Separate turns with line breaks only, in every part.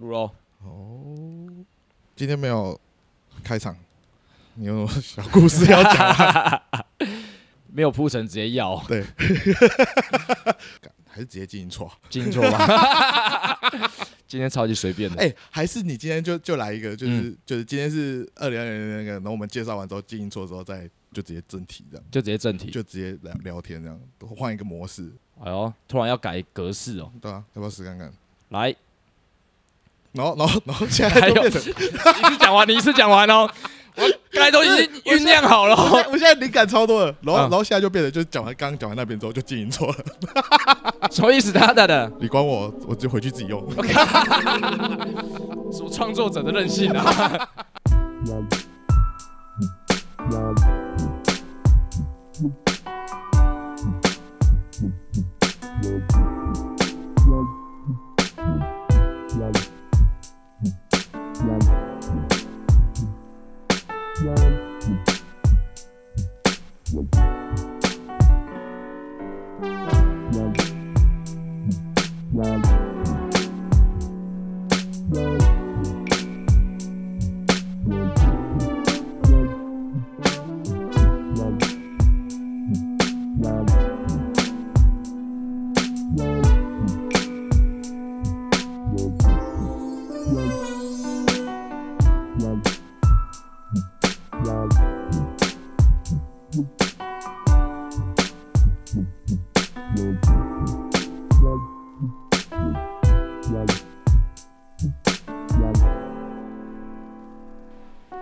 卤肉，
哦，今天没有开场，你有什么小故事要讲啊？
没有铺陈直接要
干还是直接进行错啊？
进错吧。 今天超级随便的，
哎、还是你今天就就来一个，就是、
嗯
就是今天是二零二零那个，然后我们介绍完之后进行错之后再就直接正题这样，
就直接正题。
就直接聊聊天这样，换一个模式，
哎呦，突然要改格式哦，
对啊，要不要试看看？
来，
然后然后然后现在
还
就
有一
变成
次讲完，你一次讲完哦。我刚才都已经酝酿好了
我
哦。
现在灵感超多了，然后、
嗯
然后现在就变成就是讲完刚刚讲完那边之后就进行错了，
什么意思？他的的，
你管我，我就回去自己用。
什么创作者的任性啊？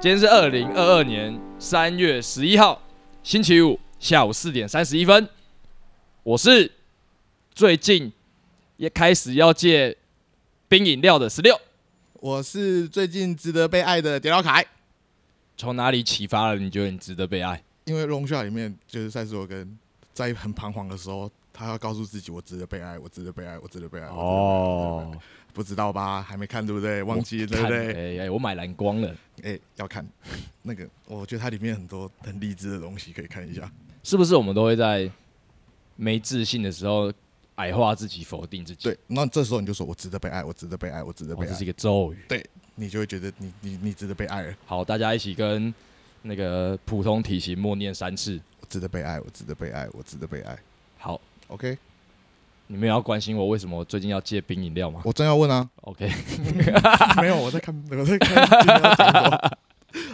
今天是二零二二年三月十一号，星期五下午四点三十一分。我是最近也开始要戒冰饮料的十六。
我是最近值得被爱的点老凯，
从哪里启发了你觉得你值得被爱？
因为《龙虾》里面就是赛斯罗根在很彷徨的时候，他要告诉自己我值得被爱，我值得被爱，我值得被爱。我值得被爱，我值得被爱，不知道吧？还没看对不对？忘记对不
哦看
对？
哎哎，我买蓝光了，
哎，要看那个，我觉得它里面很多很励志的东西可以看一下。
是不是我们都会在没自信的时候矮化自己、否定自己？
对，啊那这时候你就说我值得被爱，我值得被爱，我值得
哦，
被
这是
爱
一，个咒语。
你就会觉得你你你值得被爱了，
好，大家一起跟那个普通体型默念三次。
我值得被爱，我值得被爱，我值得被爱。
好，
OK，
啊你们有要关心我为什么最近要戒冰饮料吗
我正要 问啊，
？OK，
没有，我在看，我在看今天要讲什么。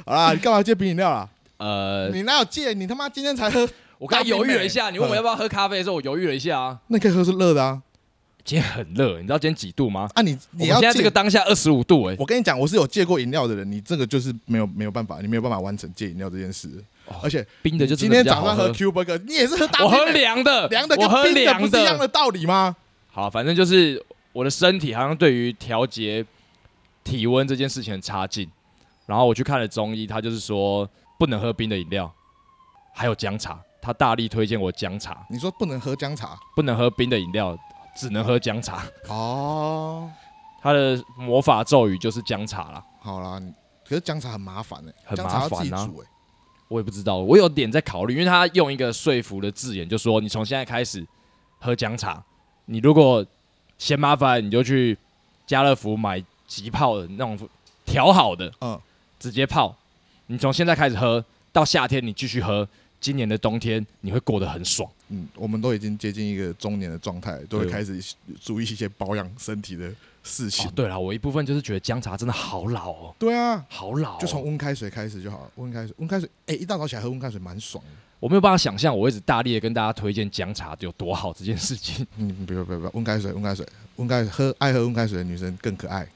好啦，你干嘛借冰饮料啦？
呃，
你哪有借？你他妈今天才喝，
我刚才犹豫了一下，
大冰美欸嗯
你问我要不要喝咖啡的时候，我犹豫了一下啊。
那可以喝是热的啊。
今天很热，欸你知道今天几度吗？
啊你，
我
你
们
要
现在
戒
这个，当下二十五度、哎，
我跟你讲，我是有戒过饮料的人，你这个就是没有没有办法，你没有办法完成戒饮料这件事。
哦
而且
冰的就真
今
的
天
比较
早
好
上
喝
喝。Q Burger，你也是喝大
我喝
冰的
凉的，
凉的，
我喝
跟冰的不
凉
是一样的道理吗？
好，反正就是我的身体好像对于调节体温这件事情很差劲。然后我去看了中医，他就是说不能喝冰的饮料，还有姜茶，他大力推荐我姜茶，
你说不能喝姜茶
不能喝冰的饮料，只能喝姜茶。
哦，
他的魔法咒语就是姜茶啦。
好啦，你可是姜茶很麻烦哎、
很
姜
麻
茶要
烦啊
自己煮哎、
我也不知道，我有点在考虑，因为他用一个说服的字眼，就说你从现在开始喝姜茶，你如果嫌麻烦，你就去家乐福买即泡的那种调好的，
嗯
直接泡。你从现在开始喝，到夏天你继续喝，今年的冬天你会过得很爽。
嗯，我们都已经接近一个中年的状态，都会
对
开始注意一些保养身体的事情。
哦，对了，我一部分就是觉得姜茶真的好老哦，
对啊，
好老哦、
就从温开水开始就好了。温开水，温开水，哎、一大早起来喝温开水蛮爽的。
我没有办法想象，我一直大力的跟大家推荐姜茶有多好这件事情。
嗯，不要不要不要，温开水，温开水，温开喝爱喝温开水的女生更可爱。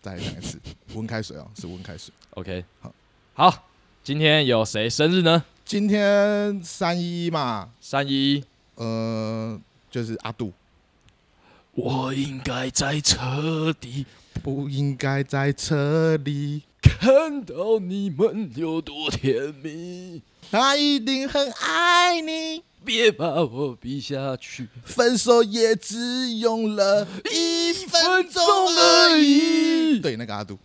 再来讲一次，温开水哦，是温开水。
OK，
好
好，今天有谁生日呢？
今天三一嘛，
三一一。
呃，就是阿杜
我应该在车底
不应该在车里，
看到你们有多甜蜜，
他一定很爱你，
别把我比下去，
分手也只用了一分钟而已。
已。
对，那个阿杜，嗯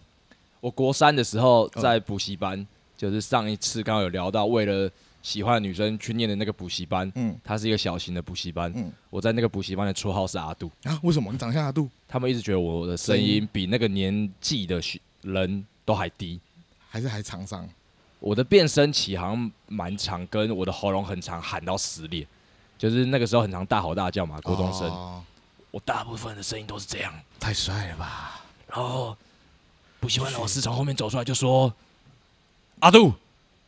我国三的时候在补习班，就是上一次刚刚有聊到，为了喜欢的女生去念的那个补习班，
嗯
它是一个小型的补习班。
嗯
我在那个补习班的绰号是阿杜，
啊，为什么你长相阿杜
他们一直觉得我的声
声
音
音
比那个年纪的学人都还低。
还是还长伤？
我的变声期好像蛮长，跟我的喉咙很长，喊到撕裂，就是那个时候很常大吼大叫嘛，高中生。
哦
我大部分的声音都是这样。
太帅了吧？
然后补习班老师从后面走出来就说：“阿杜，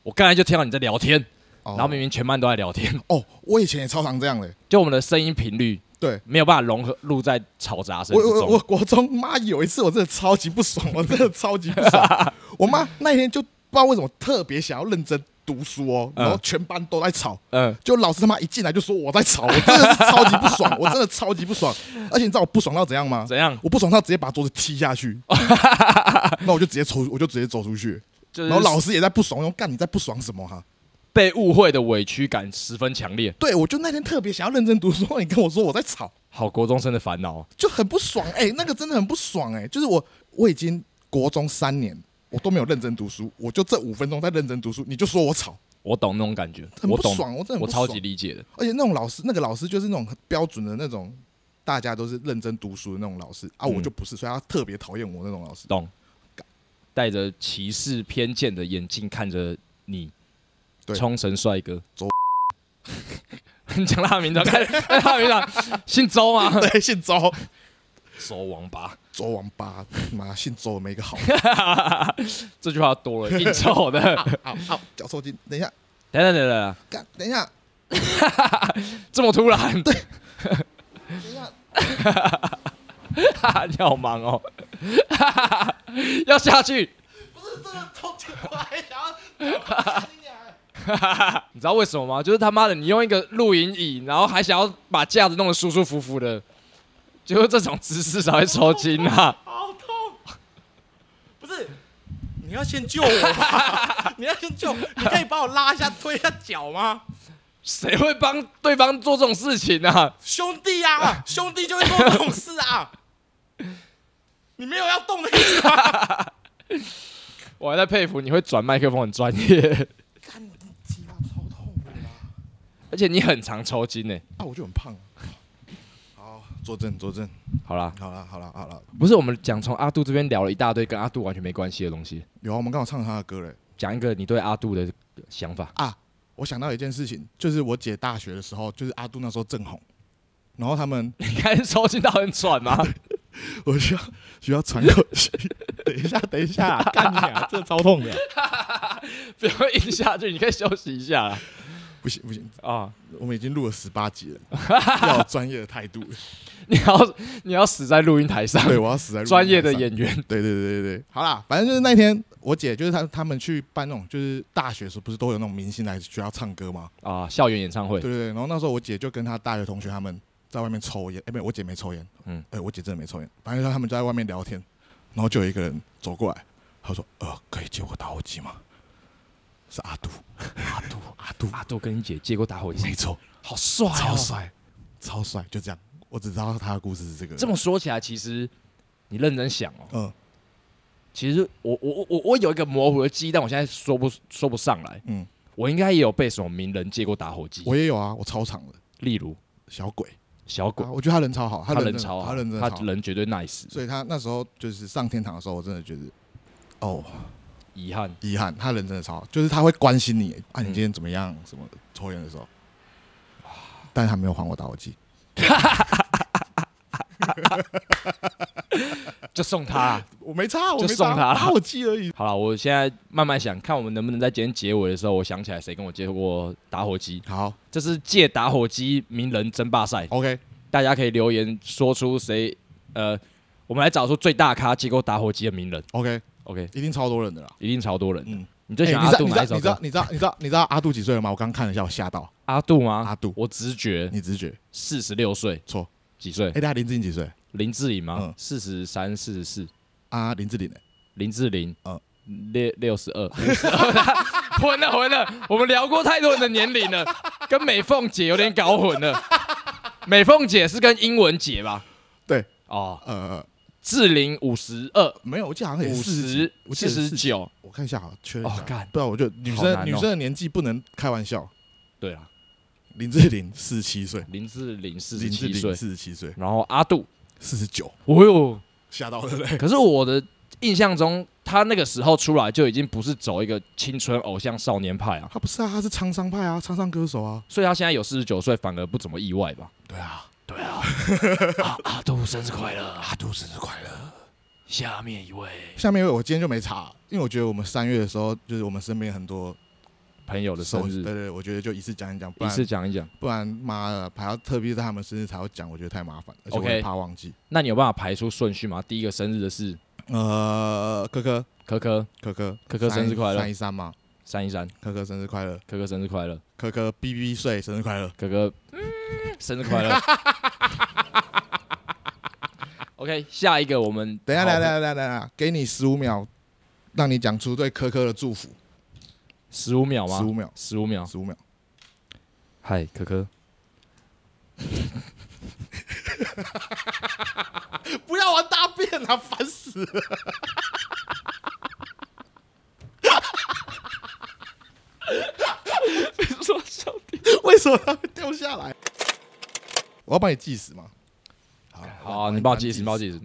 我刚才就听到你在聊天，
哦
然后明明全班都在聊天，
哦，我以前也超常这样的。
就我们的声音频率
对，
没有办法融合录在嘈杂声
我
之
我 我
中。
国中妈有一次我真的超级不爽， 我真的超级不 爽。我妈那一天就不知道为什么特别想要认真读书哦，
嗯
然后全班都在吵，
嗯，
就老师他妈一进来就说我在吵，我真的 是超级不爽，我真的超级不爽。而且你知道我不爽到怎样吗？
怎样？
我不爽到直接把桌子踢 下去，那我就直接抽，我就直接走出去。
就是
然后老师也在不爽，我说干你在不爽什么哈、
被误会的委屈感十分强烈，
对，我就那天特别想要认真读书，你跟我说我在吵，
好国中生的烦恼。
就很不爽。哎、那个真的很不爽哎、就是我我已经国中三年，我都没有认真读书，我就这五分钟在认真读书，你就说我吵，
我懂那种感觉，
很
我
不
懂，
爽，我真的很
我
不
超
爽。
级理解的。
而且那种老师，那个老师就是那种很标准的那种，大家都是认真读书的那种老师啊，
嗯
我就不是，所以他特别讨厌我那种老 师。
懂，带着歧视偏见的眼镜看着你，
对
冲绳帅哥
周。
你讲他的名字，啊看看哎他的名字，啊姓周吗？
对，姓周，
周王八，
周王八，妈姓周的没一个好。
这句话多了，硬凑 的。
好好，脚抽筋，等一下，
等等等等，
干，等一下，
这么突然，
等一下，
你好忙哦， 要下去。
不是这个抽筋，我还想要。
你知道为什么吗？就是他妈的，你用一个露营椅，然后还想要把架子弄得舒舒服服的，就是这种姿势才会抽筋啊！
好痛！ 不是，你要先救我吧！ 你要先救，你可以把我拉一下、推一下脚吗？
谁会帮对方做这种事情啊？
兄弟 啊，兄弟就会做这种事啊！你没有要动的意思吗？
我还在佩服你会转麦克风很专业，
干，你鸡巴超痛的
啊
啦！
而且你很常抽筋呢、欸
啊，我就很胖。好，坐正，坐正。
好啦，
好了，好了，好了。
不是我们讲从阿杜这边聊了一大堆跟阿杜完全没关系的东西，
有啊，我们刚好唱他的歌嘞。
讲一个你对阿杜的想法。
我想到一件事情，就是我姐大学的时候，就是阿杜那时候正红，然后他们
你开始抽筋到很喘吗？
我需要需要喘口气。 等一下，等一下、 干你啊！这超痛的、
不要硬下去，你可以休息一下啦
不行不行，
啊！
我们已经录了十八 集了，要有专业的态度了。
你要你要死在录音台上，
对，我要死在录音
专业的
台上
演员
对对对对对，好啦，反正就是那天我姐就是她他们去办那种就是大学时候不是都有那种明星来学校唱歌吗？
啊，校园演唱会
对对对，然后那时候我姐就跟她大学同学他们在外面抽烟，哎、没有，我姐没抽烟，
嗯
嗯，哎、我姐真的没抽烟，反正就他们就在外面聊天，然后就有一个人走过来，他说：“呃，可以借我打火机吗？”是阿杜，阿杜，阿杜，
阿杜啊跟你姐借过打火机，
没错，
好帅
哎超
哦！
帅，超帅，就这样。我只知道他的故事是这个，
这么说起来，其实你认真想哦，
嗯
其实我我我我我有一个模糊的记忆，但我现在说不说不上来。
嗯，
我应该也有被什么名人借过打火机，
我也有啊，我超长的
例如
小鬼，
小鬼
啊，，我觉得他人超好，
人
人真的
超好，
他人真的
他
超好
人绝对 nice。
所以他那时候就是上天堂的时候，我真的觉得，哦，
遗憾，
遗憾，他人真的超好，就是他会关心你，啊，你今天怎么样，什么的抽烟的时候，但是他没有还我打火机，
就送他啊。
我没差，我
就
没
送
差
他啦
打火机而已。
好了，我现在慢慢想，看我们能不能在今天结尾的时候，我想起来谁跟我借过打火机。
好
这是借打火机名人争霸赛，
，OK，
大家可以留言说出谁。呃，我们来找出最大咖借过打火机的名人。
OK，
OK，
一定超多人的啦。
一定超多人。
嗯，
你最喜欢
哎
阿杜
你
哪一
知
首
道你知道
歌？
你知道你知道你知道你知道阿杜几岁了吗？我刚看了一下，我吓到
阿杜吗？
阿杜，
我直觉
你直觉
四十六岁，
错。
几岁？
哎，大家林志颖几岁？
林志颖吗
嗯？
四十三、四十四。
啊，林志玲欸
林志玲，
嗯
六六十二， 混了混了，我们聊过太多人的年龄了， 跟美凤姐有点搞混了。美凤姐是跟英文姐吧？
对，
哦，
呃，
志玲五十二、
没有，我记得好像也
五
十
十、
我记
四
得是
十，九，
我看一下，好，确认一
哦
下，
干
不然我就女
好
生、
难哦
女生的年纪不能开玩笑。
对啦，
林志玲四十七岁，
林志玲四十
林志
七
玲
岁，
四十七岁，
然后阿杜，
四十九，
哦哟，
吓到了嘞。
可是我的印象中，他那个时候出来就已经不是走一个青春偶像少年派啊，
他不是啊，他是沧桑派啊，沧桑歌手啊。
所以他现在有四十九岁，反而不怎么意外吧？
对啊，
对啊，啊阿杜生日快乐！
阿杜生日快乐。
下面一位
下面一位我今天就没查，因为我觉得我们三月的时候，就是我们身边很多
朋友的
熟
生
对
日，
对，对我觉得就一次讲一讲，不
一
然
次讲一讲。
不然妈的，还要特别在他们生日才要讲，我觉得太麻烦，而且我
OK
也怕忘记。
那你有办法排出顺序吗？第一个生日的是
呃，科科
科科
科科
科科生日快乐
三一三嘛，
三一三，
科科生日快乐，
科科生日快乐，
科科 B B 岁生日快乐。
科科、嗯、生日快乐。OK，下一个我们
等一下，
好
等一下，等一下，等一下，给你十五秒，让你讲出对科科的祝福。
十五秒
十
吗？
五秒，
十五秒。
十五秒。
嗨，可可，
不要玩大便啊，烦死了！
说小弟。
为什么它会掉下来？我要帮你计时吗？好，
好啊，你帮我计时，你帮我
时。
计时。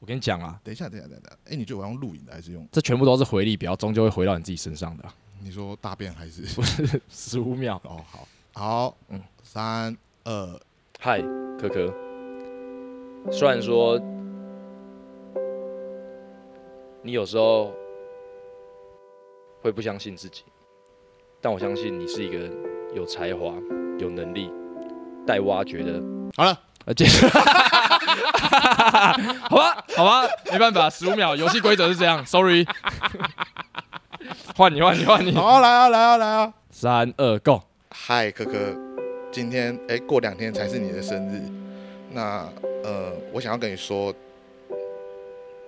我跟你讲啊，
等一下，等一下，等一下。哎，你觉得我要用录影的还是用？
这全部都是回力镖，终究会回到你自己身上的 啊。
你说大便还是？。
十五秒
哦，好，好，嗯，三二，
嗨，可可。虽然说你有时候会不相信自己，但我相信你是一个有才华、有能力、待挖掘的
好了。
啊，结 束。好吧，好吧，没办法，十五秒，游戏规则是这样，sorry。换你，换你，换你。
好，来啊，来啊，来啊！
三二，go。
嗨，可可，今天哎、过两天才是你的生日，那呃，我想要跟你说，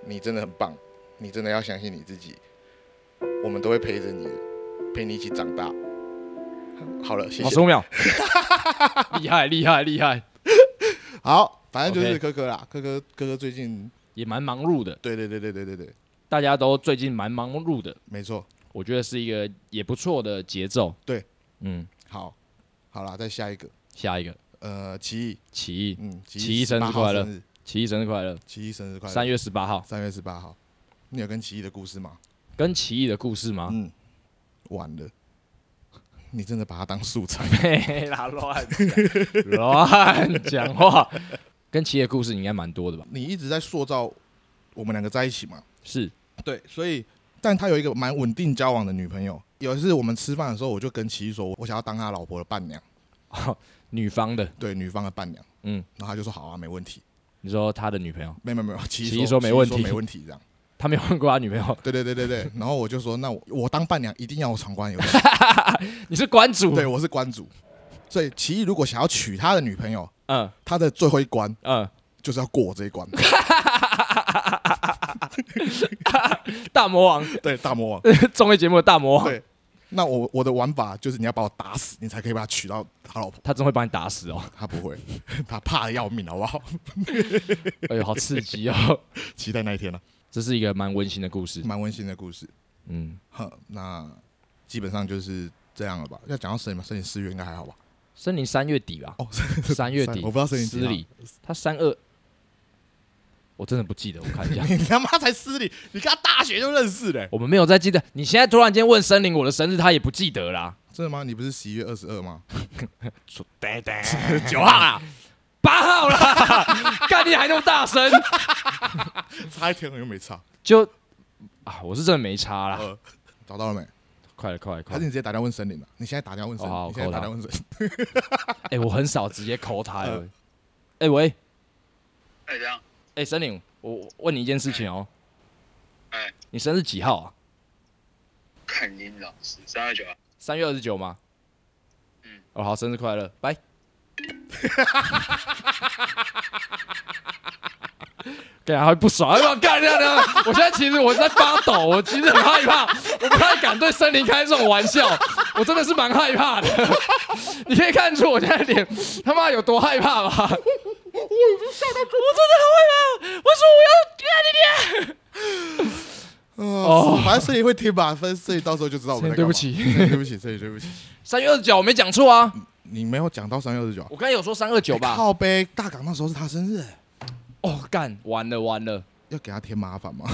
你真的很棒，你真的要相信你自己，我们都会陪着你，陪你一起长大。好了，谢
好，
谢。
十五秒。厉害，厉害，厉害，
好，反正就是
OK
可可啦，可可可可最近，
也蛮忙碌的，
对对对对对对对，
大家都最近蛮忙碌的，
没错。
我觉得是一个也不错的节奏。
对，
嗯，
好，好啦，再下一个，
下一个
呃，奇艺，
奇艺，
嗯，
奇艺生日
18号
快乐
生日，
奇艺生日快乐，
奇艺生日快乐，
三月十八号。
三月十八号，你有跟奇艺的故事吗？
跟奇艺的故事吗？
嗯，完了，你真的把它当素材？
嘿啦，乱讲乱讲话。跟奇艺的故事你应该蛮多的吧？
你一直在塑造我们两个在一起嘛？
是，
对，所以，但他有一个蛮稳定交往的女朋友。有一次我们吃饭的时候，我就跟奇艺说，我想要当他老婆的伴娘，
女方的，
对，女方的伴娘。
嗯，
然后他就说好啊，没问题。
你说他的女朋友，
没有没有没有，奇
奇
艺
艺说没问题
奇艺说没问题这样。
他没有问过他女朋友，
对对对对对。 然后我就说，那我我当伴娘一定要我闯关游戏。
你是馆主，
对，我是关主。所以奇艺如果想要娶他的女朋友，
嗯
他的最后一关
嗯，
就是要过我这 一关。
大魔王，
对，大魔王。
综艺节目的大魔王，
对，那我我的玩法就是你要把我打死，你才可以把他娶到他老婆。
他真会把你打死哦，
他不会， 他怕的要命，好不好？
哎呦，好刺激哦，
期待那一天了、
这是一个蛮温馨的故事，
蛮温馨的故事。
嗯，
哼，那基本上就是这样了吧？要讲到森林吗？森林四月应该还好吧？
森林三月底吧，
哦，
三月底，
我不知道森林几
失
号，
礼，他三二，我真的不记得，我看一下
你他妈才失礼！你跟他大学就认识嘞、
我们没有在记得，你现在突然间问森林我的生日，他也不记得啦，
真的吗？你不是十一月二十 二吗？
九号 啦，八号啦， 干你还那么大声，
差一天我又没差。
就 啊，我是真的没差啦，
呃，找到了没？
快了快了快
还
了
是。你直接打电话问森林了、你现在打电话问森林，
哦好
你现在
扣他
打电话问森林。
哎、我很少直接 call 他
呃
的。哎、喂，哎、
哎，这样，
森林，我我问你一件事情哦。
哎，
你生日几号啊？
看音老师三二九啊，
三月二十九吗？
嗯。
哦，好，生日快乐，拜。干啊还会不爽，要不要 干掉呢？我现在其实我在发抖，我其实很害怕，我不太敢对森林开这种玩笑，我真的 是蛮害怕的。你可以看出我现在脸他妈有多害怕吧？啊我真的很会了，我说我要干你脸。
哦，反正摄影会听吧，反正摄影到时候就知道我们在干嘛。
摄影对
摄影对不起，摄影对不起，
三月二十九，我没讲错啊，哎
你没有讲到三月二十九。啊
我刚才有说三二九吧？
靠背，大港那时候是他生日，欸
哦，干，完了完了，
要给他添麻烦吗？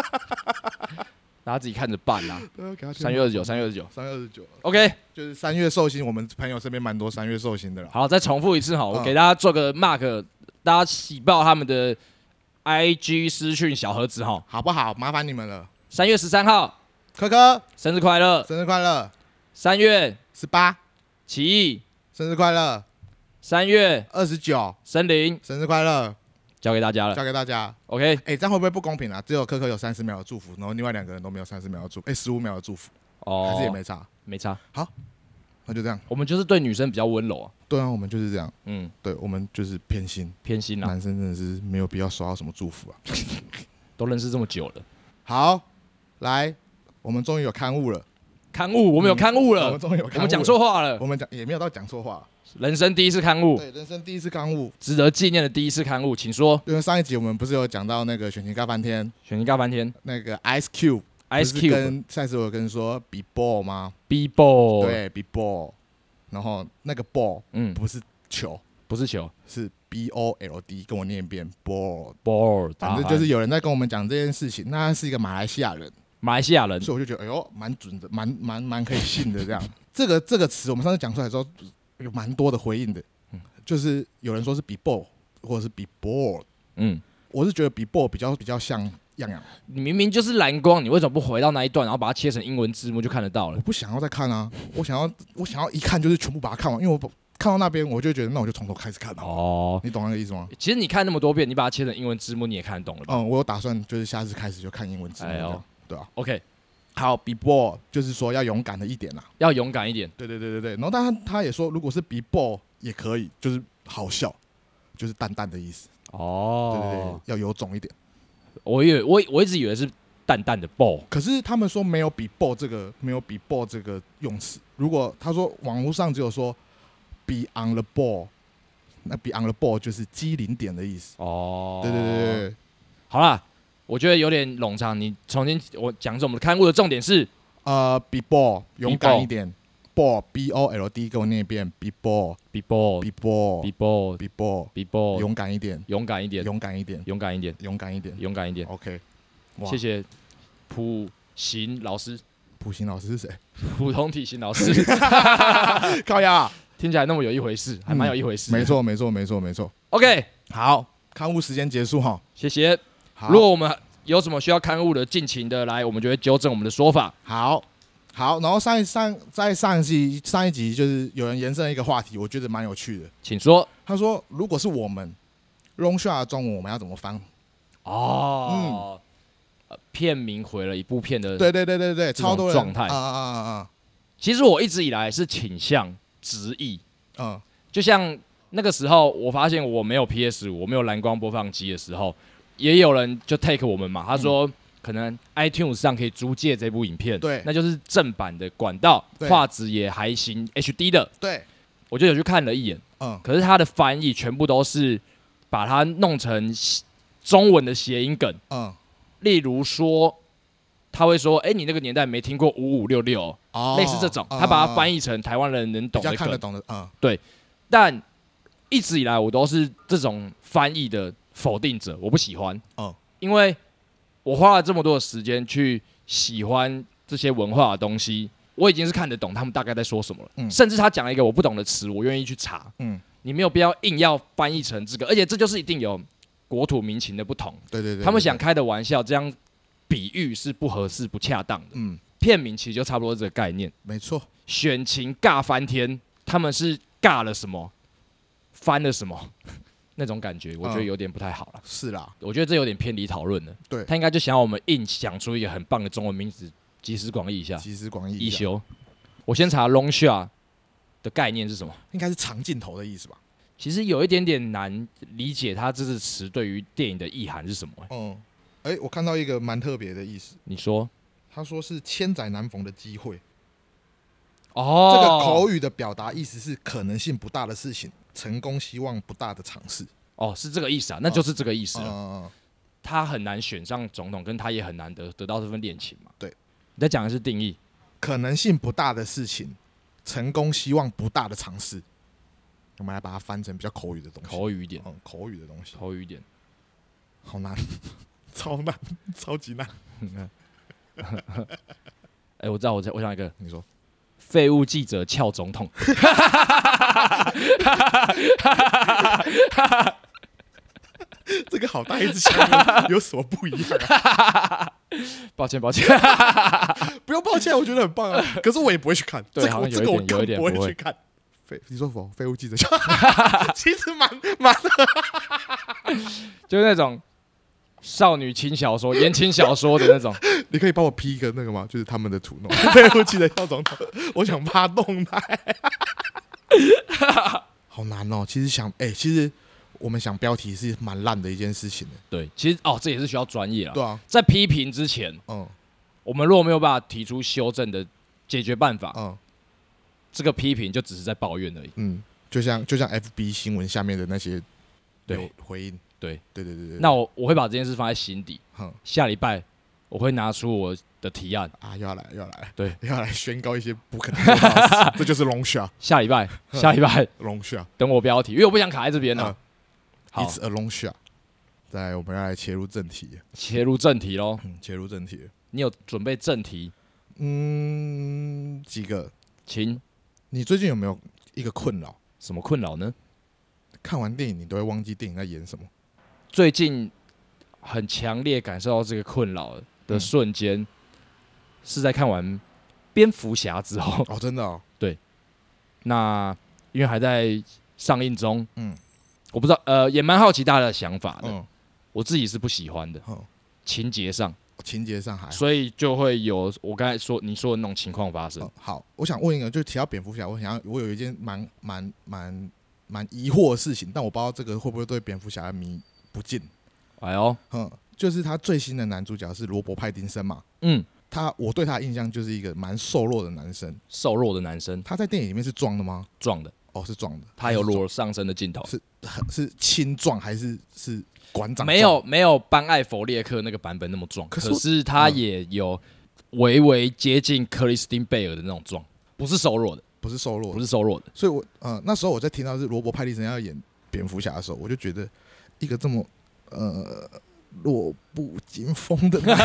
大家自己看着办 啦。
对，啊要给他添麻烦
三月二十九，三月二十九
三月二十九，
，OK，
就是三月寿星，我们朋友身边蛮多三月寿星的啦。
好，再重复一次哈，我
嗯
给大家做个 mark，大家喜报他们的 IG 私讯小盒子哈。
好不好？麻烦你们了，
三月十三号，
科科
生日快乐！
生日快乐，
三月
十八
奇异，
生日快乐，
三月
二十九
森林，
生日快乐，
交给大家了。
交给大家。
OK，
哎、这样会不会不公平啊？只有科科有三十秒的祝福，然后另外两个人都没有三十秒的祝福，哎、十五秒的祝福，还是也
哦，
没差。
没差，
那就这样，
我们就是对女生比较温柔啊，
对啊，我们就是这样，
嗯，
对我们就是偏心，
偏心啊啦，
男生真的是没有必要收到什么祝福啊。
都认识这么久了，
好，来，我们终于有刊物了，
刊物，我们有刊物
我
了
们，终于嗯哦有刊物，
我们讲错，话了，
我们讲也没有到讲错话，
人生第一次刊物，
对，人生第一次刊物，
值得纪念的第一次刊物，请说。
因为上一集我们不是有讲到那个选情尬翻天，
选一大半天
那个 Ice Cube。
，Ice
不是
Cube、
跟赛斯有跟说 be ball 吗？
B Ball，，
对，be ball，然后那个 ball
嗯，
不是球，
不是球
是 b o l d，跟我念一遍 ball。
，Ball，
反正就是有人在跟我们讲这件事情，那他是一个马来西亚人，
马来西亚人，
所以我就觉得哎呦，蛮准的，蛮蛮蛮可以信的这样。这个这个词我们上次讲出来之后，有蛮多的回应的，
嗯
就是有人说是 be ball 或者是 be ball，
嗯，
我是觉得 be ball 比较比较像样样，
你明明就是蓝光，你为什么不回到那一段，然后把它切成英文字幕就看得到
我
了？
不想要再看啊，我想要我想要一看就是全部把它看完，因为我不看到那边我就觉得那我就从头开始看好了，
哦，
你懂那个意思吗？
其实你看那么多遍，你把它切成英文字幕，你也看得懂了吧
嗯，我有打算就是下次开始就看英文字幕
哎
这
呦
样，对啊。
？OK，
好，be ball 就是说要勇敢的一点啊啦。
要勇敢一点，
对对对对对，然后但他他也说，如果是 be ball 也可以，就是好笑，就是淡淡的意思。对对对
哦，，
要有种一点。
我以为我我一直以为是淡淡的 Ball，
可是他们说没有 be ball 这个没有 be ball 这个用词。如果他说网络上只有说 be on the ball，那 be on the ball 就是机灵点的意思。
哦，
对对对对，对，
好啦，我觉得有点冗长，你重新我讲一次我们的刊物的重点是
呃，be ball 勇敢
ball
一点，ball b o l d 给我念一遍，be ball，be
B Ball，B
ball，be
Ball，B
ball，
Ball，
勇敢一点，
勇哦敢一点，
勇敢一点，
勇敢一点，
勇敢一点。
勇敢一点。
OK，哇
谢谢普行老师，
普行老师是谁？
普通体型老师，
高雅，
听起来那么有一回事，还蛮有一回事。
嗯没错，没错，没错，没错。
，OK，
好，刊物时间结束哈。
谢谢。
好，
如果我们有什么需要刊物的，尽情的来，我们就会纠正我们的说法。
好好，然后上一上在上一集上一集就是有人延伸了一个话题，我觉得蛮有趣的。
请说。
他说，如果是我们 long shot 的中文，我们要怎么翻？
哦，呃片名毁了一部片的。，
对对对对对，
这种
超多人
状态
啊啊啊啊
其实我一直以来是倾向直译，
啊啊！
就像那个时候，我发现我没有 PS 五，我没有蓝光播放机的时候，也有人就 take 我
嗯
们嘛，他说。可能 iTunes 上可以租借这部影片，
对
那就是正版的管道，
对
画质也还行，HD 的，
对，
我就有去看了一眼。
嗯，
可是它的翻译全部都是把它弄成中文的谐音梗，
嗯，
例如说，他会说：“哎、你那个年代没听过五五六六，
哦，
类似这种。”他把它翻
译
译成台湾人能
比
懂
较
的
看得
梗，
懂的，嗯，
但一直以来我都是这种翻译的否定者，我不喜欢。
哦
因为我花了这么多的时间去喜欢这些文化的东西，我已经是看得懂他们大概在说什么了。
嗯
甚至他讲了一个我不懂的词，我愿意去查。
嗯
你没有必要硬要翻译成这个，而且这就是一定有国土民情的不同。
对对对，
他们
对
想，开的玩笑，这样比喻是不合适、不恰当的。
嗯，
片名其实就差不多这个概念。
没错，
选情尬翻天，他们是尬了什么，翻了什么， 那种感觉，我觉得
嗯
有点不太好了。
是啦，
我觉得这有点偏离讨论了。
对
他应该就想要我们硬想出一个很棒的中文名字，集思广益一下。
集思广益
一
一下，
休，我先查 long shot 的概念是什么？
应该是长镜头的意思吧？
其实有一点点难理解它这个词对于电影的意涵是什么、欸
嗯，哎，我看到一个蛮特别的意思，
你说
他说是千载难逢的机会。
哦，
哦这个口语的表达意思是可能性不大的事情，成功希望不大的尝试。
哦，是这个意思啊，那
嗯
就是这个意思了。
啊，
他很难选上总统，跟他也很难得得到这份恋情嘛。
对，
你在讲的是定义
可能性不大的事情，成功希望不大的尝试。我们来把它翻成比较口语的东西，
口语一点，
嗯，口语的东西，
口语一点。
好难， 超难，超级难。
哎、我知道，我在我想一个
你说，
废物记者撬总统，
这个好大一只枪，有什么不一样、啊？
抱歉抱歉，
不用抱歉，我觉得很棒啊。可是我也不会去看，
对
这个
好
我
像
这个
有一
我
点有一
更
点
不会
不会
去看。废，你说否？废物记者， 其实蛮 蛮
就是那种少女轻小说、言情小说的那 种。
你可以帮我 P 一个那个吗？就是他们的图弄， 对不起的跳总统， 我想把它弄来。 好难哦，其实想，哎、其实我们想标题是蛮烂的一件事情的。
对，其实哦，这也是需要专业
对
了。
啊，
在批评之前，
嗯
我们如果没有办法提出修正的解决办法，
嗯
这个批评就只是在抱怨而已。
嗯，就像就像 FB 新闻下面的那些
对
有回应，
对
对对对对。嗯
那我我会把这件事放在心底，
哼
下礼拜我会拿出我的提案，
啊，又要来又要来，
对，
又要来宣告一些不可能做到的事，这就是龙虾
下礼 拜下礼拜
龙虾，
等我标题，因为我不想卡在这边呢
啊。
好
It's，a long shot。再来，我们要来切入正题，
切入正题喽。
嗯，切入正题，
你有准备正题？
嗯，几个
请
你最近有没有一个困扰？
什么困扰呢？
看完电影你都会忘记电影在演什么？
最近很强烈感受到这个困扰的
嗯
瞬间，是在看完《蝙蝠侠》之后。
哦，真的哦，
那因为还在上映中，
嗯
我不知道，呃，也蛮好奇大家的想法的。
嗯，
我自己是不喜欢的，
好，
情节上，
情节上还好。
所以就会有我刚才说你说的那种情况发生
嗯。好，我想问一个，就提到蝙蝠侠，我想要我有一件蛮蛮蛮蛮疑惑的事情，但我不知道这个会不会对蝙蝠侠的迷不敬。
哎呦，
嗯，就是他最新的男主角是罗伯·派丁森嘛，
嗯，
他我对他的印象就是一个蛮瘦弱的男生。
瘦弱的男生
他在电影里面是壮的吗？
撞的，
哦，是壮的。
他有裸上身的镜头，
是轻壮还是是馆长？
没有，没有班艾弗列克那个版本那么壮，
可
可
是
是
我
他
嗯
也有微微接近克里斯汀贝尔的那种壮，不是瘦弱的，
不是瘦弱的
不。是瘦弱的，
所以我呃那时候我在听到是罗伯·派蒂森要演蝙蝠侠的时候，我就觉得一个这么呃弱不禁风的男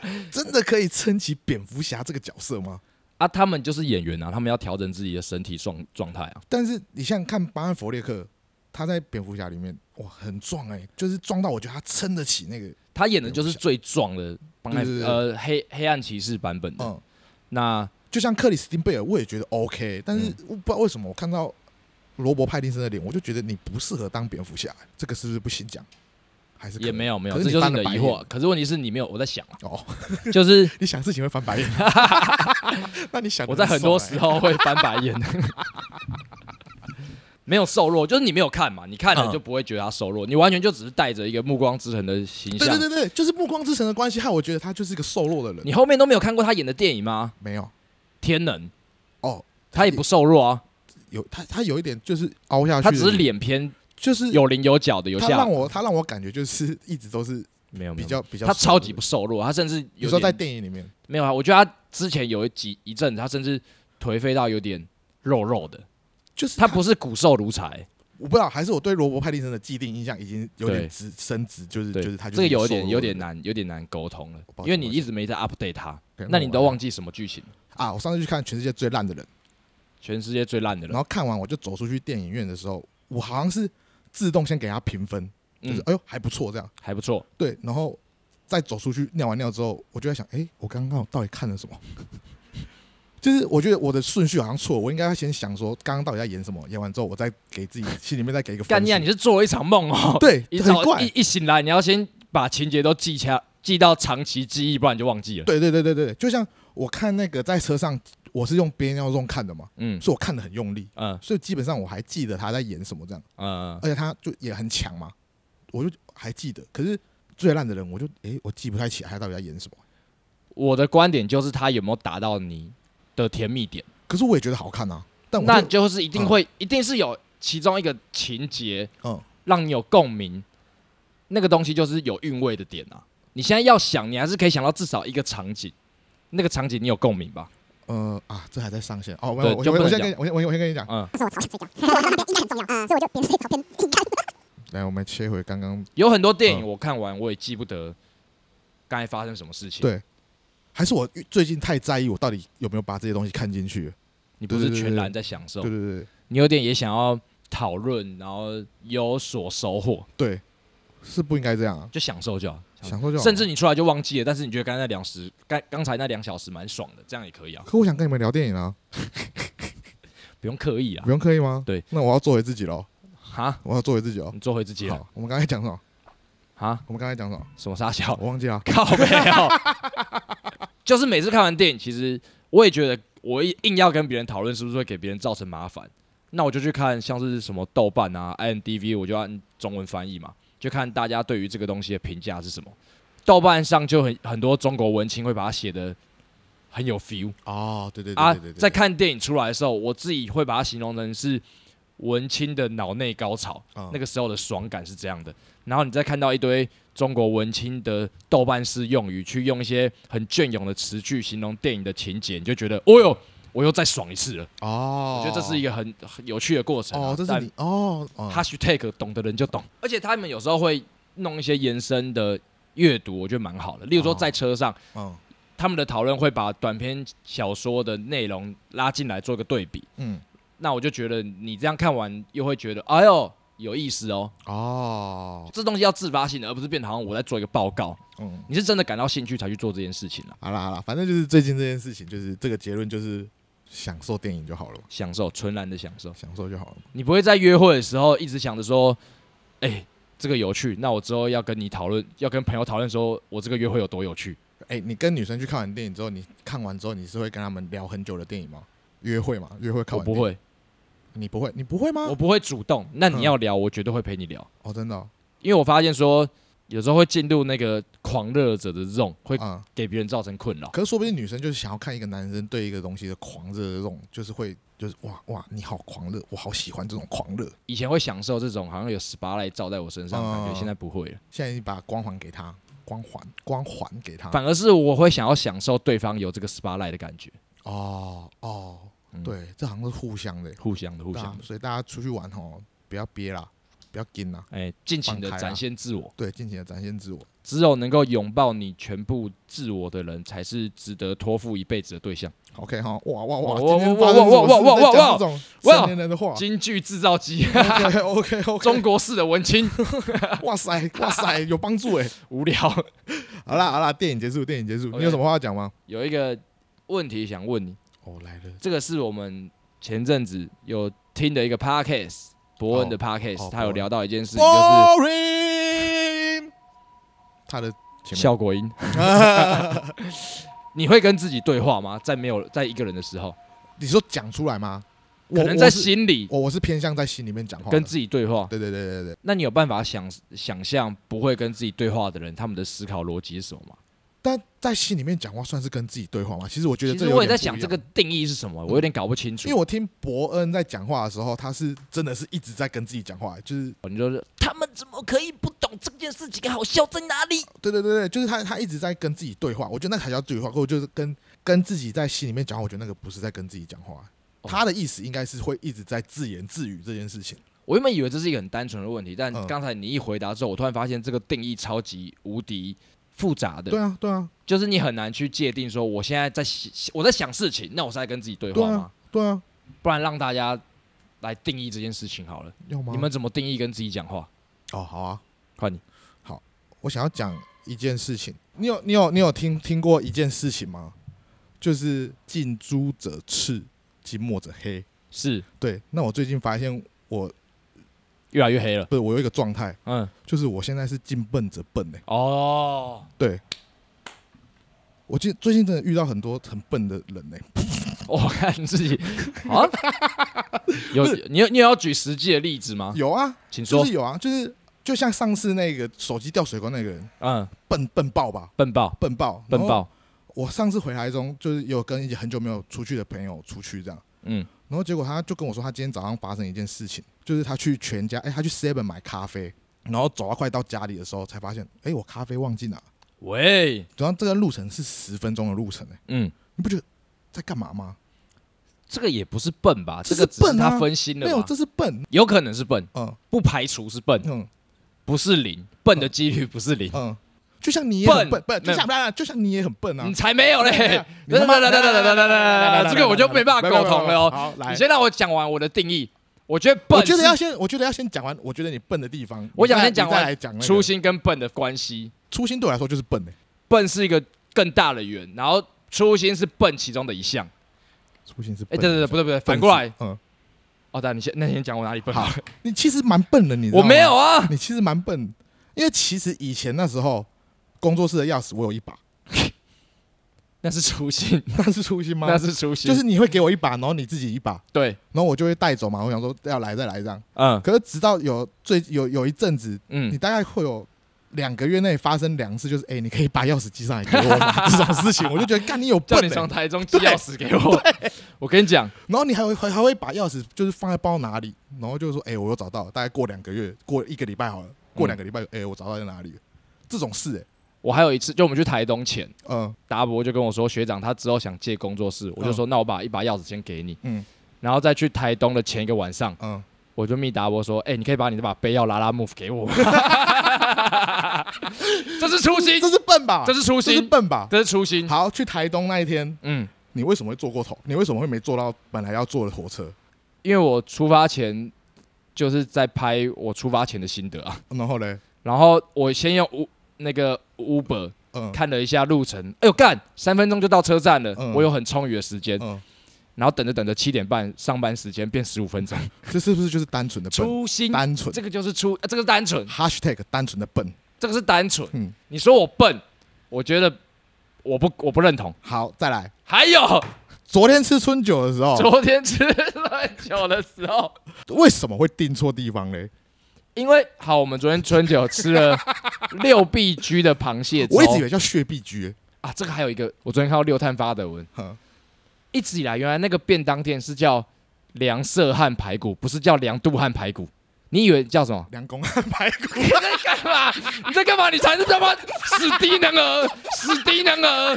生， 真的可以撑起蝙蝠侠这个角色吗？
啊，他们就是演员啊，他们要调整自己的身体状状态啊。
但是你像看巴恩·弗列克，他在蝙蝠侠里面哇很壮哎、就是壮到我觉得他撑得起那个
他演的就是最壮的邦艾，
对对对
呃，黑黑暗骑士版本的。
嗯，
那
就像克里斯汀贝尔我也觉得 OK，但
嗯
是我不知道为什么我看到。罗伯·派丁森的脸，我就觉得你不适合当蝙蝠侠，这个是不是不行讲？还是可
也
以
没有没有，
可
这
是
就是
翻
你
了
的
白
疑
眼
惑。可是问题是你没有，我在想啊，
哦，
就是
你想事情会 翻白眼，那你想得
我在很多
爽欸
时候会翻白眼。 没有瘦弱，就是你没有看嘛，你看了
嗯
就不会觉得他瘦弱，你完全就只是带着一个《暮光之城》的形
对
象
对。对对，就是《暮光之城》的关系，害我觉得他就是一个瘦弱的人。
你后面都没有看过他演的电影吗？
没有
天能，
哦，
他也不瘦弱啊，
有他，他有一点就是凹下去，
他只是，脸偏
就是
有棱有角的，有
他
下
让我他让我感觉就是一直都是
没有没
比
有
较比较瘦弱的人，
他超级不瘦弱，他甚至有
有时候
点
在电影里面，
没有啊，我觉得他之前有一几一阵子，他甚至颓废到有点肉肉的，
就是
他不是骨瘦如柴，
我不知道，还是我对罗伯·派丁森的既定印象已经有点
对
直升值，就是
对，
就是他就
这
是
个
一
有
瘦
点
弱
有
的
点
人
难，有点难沟通了，
抱歉
因为你
抱歉
一直没在 update 他，
OK，
那你都忘
记
记什么剧情？
啊！我上次去看《全世界最烂的人》，
全世界最烂的
然
人，
后看完我就走出去电影院的时候，我好像是自动先给他评分，就是、
嗯，
哎呦还不错这样。
还不错，
对，然后再走出去尿完尿之后，我就在想，诶，哎我刚刚到底看了什么？ 就是我觉得我的顺序好像错，我应该要先想说刚刚到底在演什么，演完之后我再给自己心里面再给一个分
干
数
你啊！你是做了一场梦哦，，
对，
一
很
早
怪
一，一醒来，你要先把情节都记下，记到长期记忆，不然你就忘记了。
对对对对对，就像我看那个在车上，我是用憋尿中看的嘛，
嗯
所以我看的很用力，
嗯
所以基本上我还记得他在演什么这样，
嗯，
而且他就也很强嘛，我就还记得，可是最烂的人我就诶，我记不太起来他到底在演什么，
我的观点就是他有没有达到你的甜蜜点，
可是我也觉得好看啊，但我
那
就
就是一定会，一定是有其中一个情节，
嗯
让你有共鸣，那个东西就是有韵味的点啊。你现在要想，你还是可以想到至少一个场景，那个场景你有共鸣吧？
呃啊，这还在上线哦，没
对
有，我
就不
我
能
我先
讲
跟你，我先我先我先跟你讲，
嗯，
来，我们切回刚刚，
有很多电影
嗯
我看完我也记不得刚才发生什么事情。
对还是我最近太在意我到底有没有把这些东西看进去了，
你不
对
是
对对
全
对
然在享受
对，对对
你有点也想要讨论，然后有所收获，
对，是不应该这样啊，
就享受就好。
享受就好啊了
甚至你出来就忘记了，但是你觉得刚才那两时，刚刚才那两小时蛮爽的，这样也可以啊，
可我想跟你们聊电影啊，
不用刻意啊
不。用刻意吗？
对，
那我要做回自己喽，
哈，
我要做回自己哦。
你做回自己了
好，我们刚才讲什么？
哈，
我们刚才讲什么？
什么傻笑？
我忘记了。
靠背哦， 就是每次看完电影，其实我也觉得我硬要跟别人讨论，是不是会给别人造成麻烦？那我就去看像是什么豆瓣啊、IMDV，我就按中文翻译嘛，就看大家对于这个东西的评价是什么。豆瓣上就很很多中国文青会把它写的很有 feel
哦，对对
啊
对对，对，
在看电影出来的时候，我自己会把它形容成是文青的脑内高潮。那
那
个时候的爽感是这样的。然后你再看到一堆中国文青的豆瓣式用语，去用一些很隽永的词句形容电影的情节，你就觉得，哦哟，我又再爽一次了。
哦，
我觉得这是一
个
个很很有趣的过程啊、
哦，这是
但
你哦，哦
hashtag 懂的人就懂，而且他们有时候会弄一些延伸的阅读，我觉得蛮好的。例如说
哦
在车上，
嗯
他们的讨论会把短篇小说的内容拉进来做个对比。
嗯
那我就觉得你这样看完，又会觉得，哎呦，有意思哦。
哦
这东西要自发性的，而不是变得好像我在做一个报告。
嗯，
你是真的感到兴趣才去做这件事情啊了，
好啦好啦，反正就是最近这件事情，就是这个结论就是享受电影就好了嘛，
享受纯然的享受。
享受就好了嘛。
你不会在约会的时候一直想着说，哎、这个有趣，那我之后要跟你讨论，要跟朋友讨论说我这个约会有多有趣。
哎，你跟女生去看完电影之后，你看完之后你是会跟他们聊很久的电影吗？约会嘛，约会看
我不
完电影，
会，
你不会，你不会吗
我？不会主动。那
嗯
你要聊，我绝对会陪你聊，
哦，真的哦，
因为我发现说有时候会进入那个狂热者的 zone，会
嗯，
给别人造成困扰。
可是说不定女生就是想要看一个男生对一个东西的狂热的这种，就是会就是哇哇，你好狂热，我好喜欢这种狂热。
以前会享受这种好像有 SPA 来照在我身上的感觉，
嗯
现在不会了。
现在你把光环给他，光环光环给他。
反而是我会想要享受对方有这个 SPA 来的感觉，
哦哦
嗯，
对，这好像是互相的，
互相的，互
对啊
相的。
所以大家出去玩哦，不要憋啦，不要紧啦，
哎，尽情的
放开啊
展现自我。
对，尽情的展现自我。
只有能够拥抱你全部自我的人，才是值得托付一辈子的对象。
OK 哈，哇哇哇，
哇
今天
哇
发
哇
生什么
哇哇
事在
哇哇
讲这种成年人的话
京剧制造机，
？OK OK OK，
中国式的文 青，
哇塞哇塞，有帮助哎。
无聊。
好啦好啦，电影结束，电影结束，
OK
你有什么话要讲吗？
有一个问题想问你，
哦，来了，
这个是我们前阵子有听的一个 podcast，伯恩的
哦
podcast，、
哦
他有聊到一件事情，就
Boring，他的
是
前面
效果音。你会跟自己对话吗？在没有在一个人的时候，
你说讲出来吗？我
可能在
我是
心里
我我是偏向在心里面讲话的，
跟自己对话。
对对对对对，
那你有办法想想象不会跟自己对话的人，他们的思考逻辑是什么吗？
但在心里面讲话算是跟自己对话吗？其实我觉得
其
这
实
有
我也
点
在
不一
想这
样嗯
个，定义是什么，我有点搞不清楚。
因为我听伯恩在讲话的时候，他是真的是一直在跟自己讲话，就是
你就是他们怎么可以不懂这件事情好笑在哪里？
对对对对，就是他他一直在跟自己对话，我觉得那才叫对话，或者就是跟跟自己在心里面讲话，我觉得那个不是在跟自己讲话。
哦
他的意思应该是会一直在自言自语这件事情。
我原本以为这是一个很单纯的问题，但
嗯
刚才你一回答之后，我突然发现这个定义超级无敌复杂的，
对啊，对啊，
就是你很难去界定说我现在在想我在想事情，那我是在跟自己对
对
话吗
啊？，对啊，
不然让大家来定义这件事情好了。
要吗？
你们怎么定义跟自己讲话？
哦，好啊，
快你
我想要讲一件事情。你有你有你有听听过一件事情吗？就是近朱者赤，近墨者黑。
是
对，那我最近发现我
越来越黑了。
不是我有一个状态，
嗯，
就是我现在是近笨者笨哎、
哦，
我近最近真的遇到很多很笨的人哎、
我看自己啊， 有你有你有要举实际的例子吗？
有啊，
请说
就。是有啊，就是就像上次那个手机掉水沟那个人，
嗯，
笨笨爆吧，
笨爆，
笨爆，
笨。爆。
我上次回台中，就是有跟一些很久没有出去的朋友出去这样，
嗯，
然后结果他就跟我说，他今天早上发生一件事情，就是他去全家，哎、他去 Seven 买咖啡，然后走到快到家里的时候，才发现，哎、我咖啡忘记拿。
喂，
然后这个路程是十分钟的路程、哎，
嗯，
你不觉得在干嘛吗？
这个也不是笨吧？这
这是
个只
笨啊
他分心
没
了
有，
吧？
这是笨。
有可能是笨，
嗯
不排除是笨，
嗯
不是零，笨的几率不是零。
嗯，就像你也很笨
笨
笨，
没
就
有嗯
像当然就像你也很笨啊
你。才没有嘞！
哎 你他
等
妈
等等等等等等等，这个我就没办法沟通了哦。
好，来
你，先让我讲完我的定义，我觉得笨，
我觉得要先，我觉得要先讲完，我觉得你笨的地方，
我想
你再
先讲
你再
完
来讲那个
粗，心跟笨的关系。
粗心对我来说就是笨的。欸
笨是一个更大的圆，然后粗心是笨其中的一项。
粗心是
哎，
笨
对对对，
的，
不对不对，反过来
笨。是，嗯，
哦，对，你先那你先讲我哪里笨好了。
你其实蛮笨的，你知道
我
吗
没有， 啊，
你其实蛮笨，因为其实以前那时候工作室的钥匙我有一把，
那是粗心，
那是粗心吗？
那是粗心，
就是你会给我一把，然后你自己一把，
对，
然后我就会带走嘛。我想说要来再来这样，
嗯
可是直到有最有有一阵子，你
嗯，
大概会有两个月内发生两次，就是哎、你可以把钥匙寄上来给我 吗这种事情，我就觉得干你有
叫
笨、
你
欸
从。台中寄钥匙给我。我跟你讲，
然后你还会还还会把钥匙就是放在包哪里，然后就说哎、我又找到了，大概过两个月，过一个礼拜好了，过两个礼拜，哎、我找到在哪里了，这种事哎、
我还有一次，就我们去台东前，
嗯
达博就跟我说，学长他之后想借工作室，我就说那我把一把钥匙先给你，
嗯
然后再去台东的前一个晚上，
嗯，
我就密达博说，哎，你可以把你这把杯要拉拉 move 给 我吗，这是粗心
这，是笨吧？
这是粗
这是
心，
笨吧？
这是粗心，
好，去台东那一天，
嗯，
你为什么会坐过头？你为什么会没坐到本来要坐的火车？
因为我出发前就是在拍我出发前的心得啊，
然后嘞，
然后我先用五那个 Uber
嗯，
看了一下路程，哎呦干，三分钟就到车站了，
嗯
我有很充裕的时间，
嗯，
然后等着等着七点半上班时间变十五分钟，
这是不是就是单纯的笨？
粗心，
嗯单纯
这个就是粗，呃这个是单纯，
，#hashtag 单纯的笨。
这个是单纯。
嗯
你说我笨，我觉得我不我不认同。
好，再来，
还有、
哦昨天吃春酒的时候，
昨天吃乱酒的时候，
为什么会订错地方嘞？
因为好，我们昨天春酒吃 了六必居的螃蟹粥，
我一直以为叫血碧居，
啊，这个还有一个，我昨天看到六探发的文
哼，
一直以来原来那个便当店是叫梁色汉排骨，不是叫梁杜汉排骨。你以为叫什么？
梁公汉排 骨。
你在干嘛？你在干嘛？你才是他妈死低能儿，死低能儿！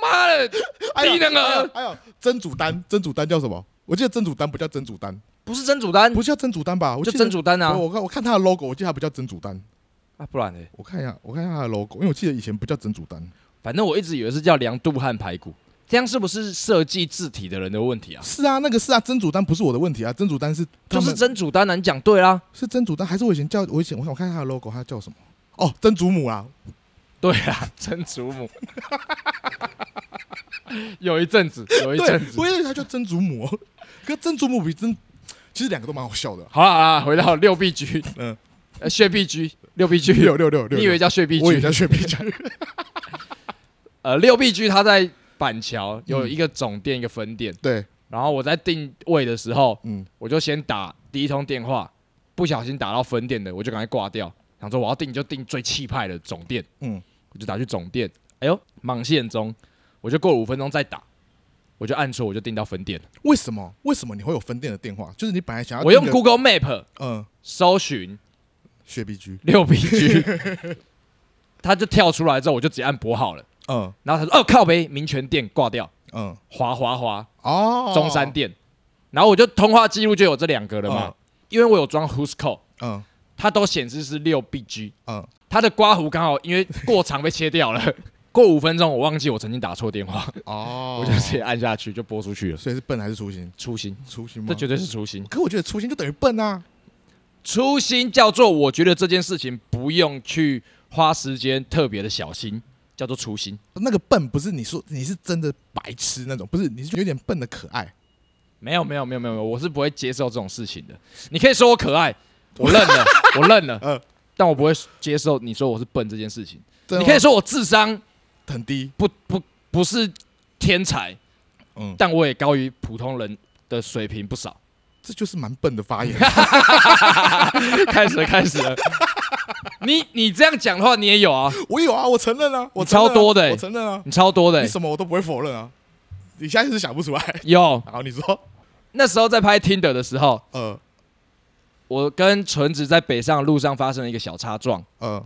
妈的，
哎呦
低能儿！
还有真祖丹，真祖丹叫什么？我记得真祖丹不叫真祖丹，
不是真主丹，
不是叫真祖丹吧？我
嗯就
记得
真主丹啊
不我看我看他的 logo，我记得他不叫真祖丹。
啊，不然呢？
我看一下，我看一下他的 logo，因为我记得以前不叫真祖丹，
反正我一直以为是叫梁杜汉排骨，这样是不是设计字体的人的问题啊？
是啊，那个是啊，真祖丹不是我的问题啊，真祖丹是他
就
们
是真主啊丹，你讲对啦。
是真祖丹，还是我以前叫我以前我看我看他的 logo，他叫什么？哦，真祖母啊，
对啊，曾祖母。 有一阵子，有一
对
阵，子
我。以为他叫真祖母，可是真祖母比真，其实两个都蛮好笑的。啊
好了好了，回到六 B 居，
嗯
嗯，呃，血 B 居，六 B 居，
六六六六，
你以为叫血 B
我以为
居
叫？血碧居？
呃，六 B 居它在板桥有一个总店，一个分店。
对，
然后我在定位的时候，
嗯，
我就先打第一通电话，不小心打到分店的，我就赶快挂掉，想说我要订就订最气派的总店，
嗯
嗯，我就打去总店，哎呦，忙线中，我就过了五分钟再打，我就按错，我就订到分店了，
为什么？为什么你会有分店的电话？就是你本来想要
我用
订个
Google Map
嗯
搜寻
血碧居，
六 B G，它就跳出来之后，我就直接按拨号了，
嗯
然后他说哦靠北民权店挂掉，
嗯
滑滑滑
哦，
中山店，然后我就通话记录就有这两个了嘛，
嗯
因为我有装 Who's Call。
嗯
它都显示是六 BG，
嗯
它的刮胡刚好因为过长被切掉了， 过五分钟我忘记我曾经打错电话，
哦，
我就直接按下去就拨出去了。
所以是笨还是粗心？
粗心，
粗心吗？
这绝对是粗心。
可我觉得粗心就等于笨啊。
粗心叫做我觉得这件事情不用去花时间特别的小心，叫做粗心。
那个笨不是你说你是真的白痴那种，不是你是有点笨的可爱。
没有没有没有没有，没有我是不会接受这种事情的。你可以说我可爱，我认 了，我认了，
嗯啊
但我不会接受你说我是笨这件事情。
真的
你可以
吗
说我智商
很低，
不不不是天才，
嗯
但我也高于普通人的水平不少。
这就是蛮笨的发言。
开始了，开始了。 你你这样讲的话，你也有啊，
我有啊，我承认啊，我
你超
承认啊
多的欸
我承认啊，
你超多的
你
欸、
什么我都不会否认啊。你现在就是想不出来。
有
然后你说，
那时候在拍 Tinder 的时候，
呃，
我跟纯子在北上的路上发生了一个小擦撞
呃，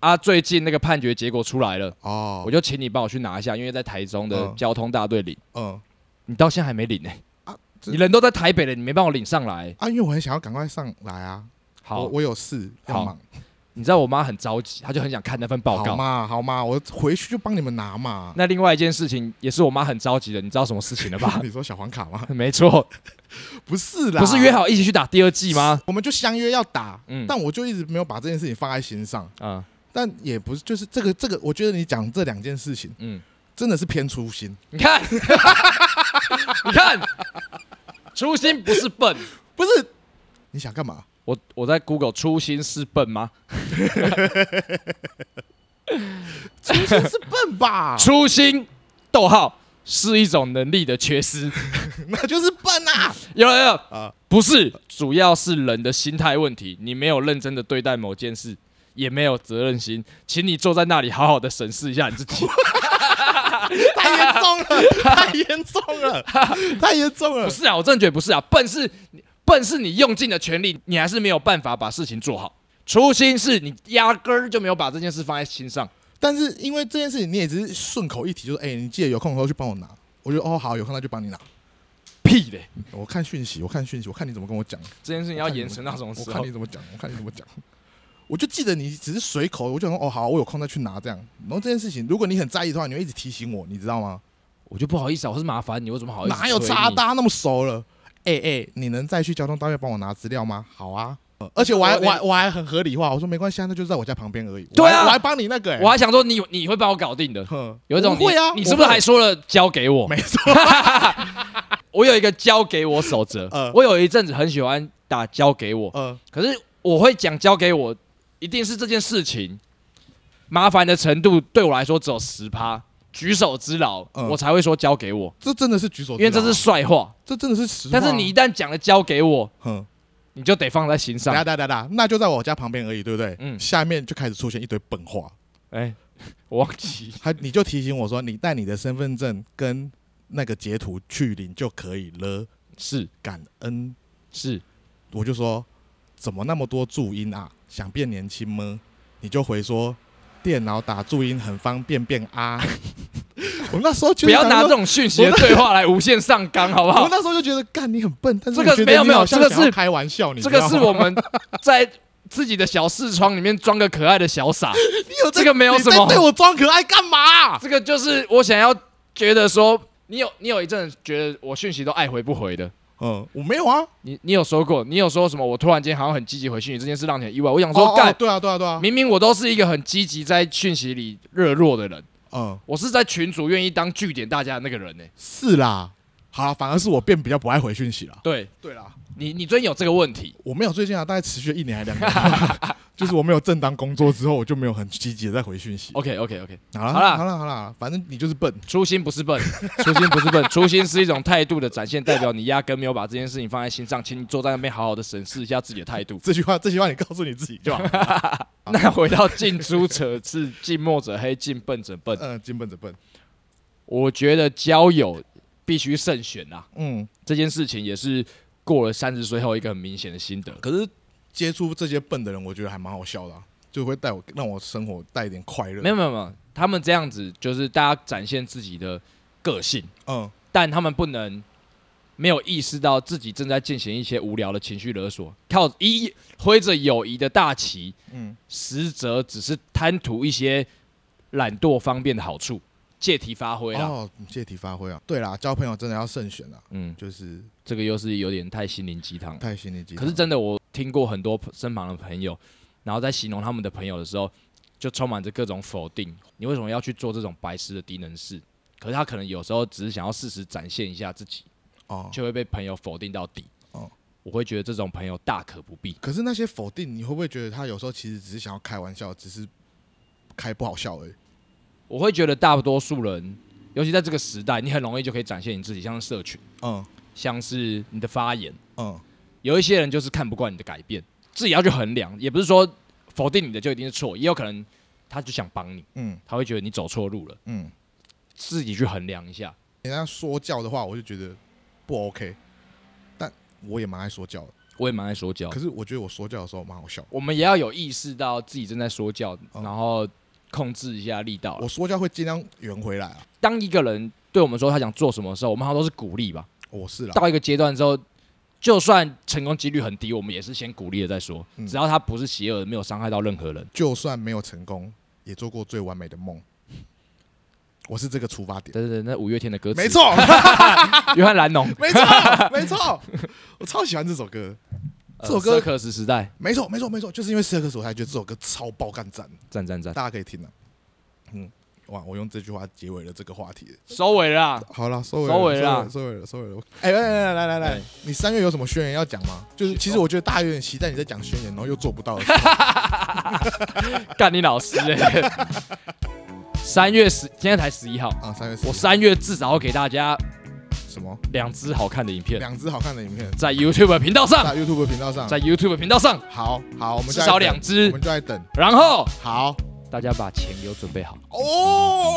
啊，最近那个判决结果出来了，
哦，
我就请你帮我去拿一下，因为在台中的
嗯
交通大队领，
嗯
你到现在还没领呢、
啊 这
你人都在台北了，你没帮我领上来。
啊，因为我很想要赶快上来啊，
好，
我我有事要
好
忙，
你知道我妈很着急，她就很想看那份报
好
告。
嘛好嘛，我回去就帮你们拿嘛。？
那另外一件事情也是我妈很着急的，你知道什么事情了吧
你说小黄卡吗？
没错，
不是啦，
不是约好一起去打第二季吗？
我们就相约要打，
嗯
但我就一直没有把这件事情放在心上。
啊，
但也不是，就是这个这个，我觉得你讲这两件事情
嗯，
真的是偏粗心，
你看， 你看，初心不是笨。
不是？你想干嘛？
我我在 Google 初心是笨吗？？
粗心是笨吧
初心，逗号是一种能力的缺失。
那就是笨啊！
有了有了
啊
不是，主要是人的心态问题。你没有认真的对待某件事，也没有责任心，请你坐在那里好好的审视一下你自 己。
太严重 了，太严重了，太严重了
不。是啊，我真的觉得不是啊，笨是笨是你用尽了全力，你还是没有办法把事情做好。初心是你压根儿就没有把这件事放在心上。
但是因为这件事情，你也只是顺口一提，就是哎、你记得有空的时候去帮我拿。我觉得哦好，有空那就帮你拿。
屁嘞！
我看讯息，我看讯息，我看你怎么跟我讲。
这件事情要延伸到什么时
我看
候
你？怎么讲，我看你怎么讲。我就记得你只是随口，我就想说哦好，我有空再去拿这样。然后这件事情，如果你很在意的话，你会一直提醒我，你知道吗？
我就不好意思啊，我是麻烦你，我怎么好意思？
哪有差？大家那么熟了？哎、哎、你能再去交通单位帮我拿资料吗？好啊，呃而且我还我还我还很合理化，我说没关系啊，那就在我家旁边而已。
对啊
我还我还帮你那个、欸，
我还想说你你会帮我搞定的，
哼
有一种你
我会啊，
你是不是还
我
说了交给我
会？没错？
我有一个交给我守则
嗯，
我有一阵子很喜欢打交给我，
呃，
可是我会讲交给我，一定是这件事情麻烦的程度对我来说只有十趴，举手之劳，
嗯
我才会说交给我，
这真的是举手之劳，啊
因为这是帅话。
这真的是实话啊。
但是你一旦讲了交给我，
哼，
你就得放在心
哒
上。
哒哒哒，那就在我家旁边而已，对不对？
嗯
嗯，下面就开始出现一堆笨话，
哎，我忘记
他你就提醒我说，你带你的身份证跟那个截图去领就可以了，
是
感恩。
是，
我就说怎么那么多注音啊？想变年轻吗？你就回说电脑打注音很方便，变啊。 我那时候就
不要拿这
这，
种讯息的对话来无限上纲，好不
我
好？
那时候就觉得干你很笨，但是
这个
我觉得
没有
你
没有
好像
这个
想要
是
开玩笑，你
这个
知
是
道吗
我们在自己的小视窗里面装个可爱的小傻，
你有在
这个没有
你在
什么
对我装可爱干嘛、
这个就是我想要觉得说，你有你有一阵子觉得我讯息都爱回不回的。
嗯，我没有啊。
你你有说过，你有说什么？我突然间好像很积极回讯息，这件事让你很意外。我想
哦
说，
哦
干、
对啊对啊对啊，
明明我都是一个很积极在讯息里热络的人，
嗯，
我是在群主愿意当据点大家的那个人呢、
是啦。好啦，反而是我变比较不爱回讯息了。
对
对啦，
你，你最近有这个问题，
我没有最近啊，大概持续了一年还两年， 就是我没有正当工作之后，我就没有很积极的在回讯息。
OK OK OK，
好了
好啦
啊好了好了，反正你就是笨。
初心不是笨， 初心不是笨，初心是一种态度的展现，代表你压根没有把这件事情放在心上，请你坐在那边好好的审视一下自己的态度。
这句话这句话你告诉你自己就 好了。
那回到近朱者赤，近墨者黑，近笨者笨。
嗯，金笨者笨。
我觉得交友必须慎选啊，
嗯，
这件事情也是过了三十岁后一个很明显的心得。
可是接触这些笨的人，我觉得还蛮好笑的啊、就会带我让我生活带一点快乐。
没有没有没有，他们这样子就是大家展现自己的个性，
嗯，
但他们不能没有意识到自己正在进行一些无聊的情绪勒索，靠一挥着友谊的大旗，嗯
嗯，
实则只是贪图一些懒惰方便的好处，借题发挥啦。
哦，借题发挥啊。对啦，交朋友真的要慎选啊，
嗯，
就是
这个又是有点太心灵鸡汤了。
太心理鸡汤。
可是真的，我听过很多身旁的朋友，然后在形容他们的朋友的时候，就充满着各种否定。你为什么要去做这种白痴的低能事？可是他可能有时候只是想要适时展现一下自己，
哦，
却会被朋友否定到底。
哦
我会觉得这种朋友大可不必。
可是那些否定，你会不会觉得他有时候其实只是想要开玩笑，只是开不好笑而已？
我会觉得大多数人，尤其在这个时代，你很容易就可以展现你自己，像是社群，
嗯
像是你的发言。
嗯
有一些人就是看不惯你的改变，自己要去衡量，也不是说否定你的就一定是错，也有可能他就想帮你，
嗯
他会觉得你走错路了。
嗯。
自己去衡量一下。
人家说教的话，我就觉得不 OK，但我也蛮爱说教的。
我也蛮爱说教
可，是我觉得我说教的时候蛮好笑，
我们也要有意识到自己正在说教，
哦
然后控制一下力道啦
我。说教会尽量圆回来啊。
当一个人对我们说他想做什么的时候，我们好像都是鼓励吧。
我是啦，
到一个阶段之后，就算成功几率很低，我们也是先鼓励了再说。
嗯
只要他不是邪恶的，没有伤害到任何人，
就算没有成功，也做过最完美的梦。我是这个出发点，
对对对，那五月天的歌词，
没，错，
约翰兰农，
没错，没错，我超喜欢这首歌。这首歌
可时时代，
没错，没错，没错，就是因为 Circus 我才觉得这首歌超爆干赞，
赞赞赞，
大家可以听啊。嗯，哇，我用这句话结尾了这个话题。
收尾了啦。
好了，收尾
收尾啦
了，收尾了，收尾了。哎，来来来来来来
哎，
你三月有什么宣言要讲吗？就是其实我觉得大家有点期待你在讲宣言，然后又做不到的事。
干你老师、欸！三月十，今天才十一号，
啊，三月
我三月至少要给大家
什么？
两支好看的影片，
两支好看的影片
在 YouTube 频道上，
在 YouTube 频道上。
在 YouTube 频道上，
好好，我们
至
就在
少
等
两支
我们就在等。
然后
好
大家把钱给我准备好。
哦。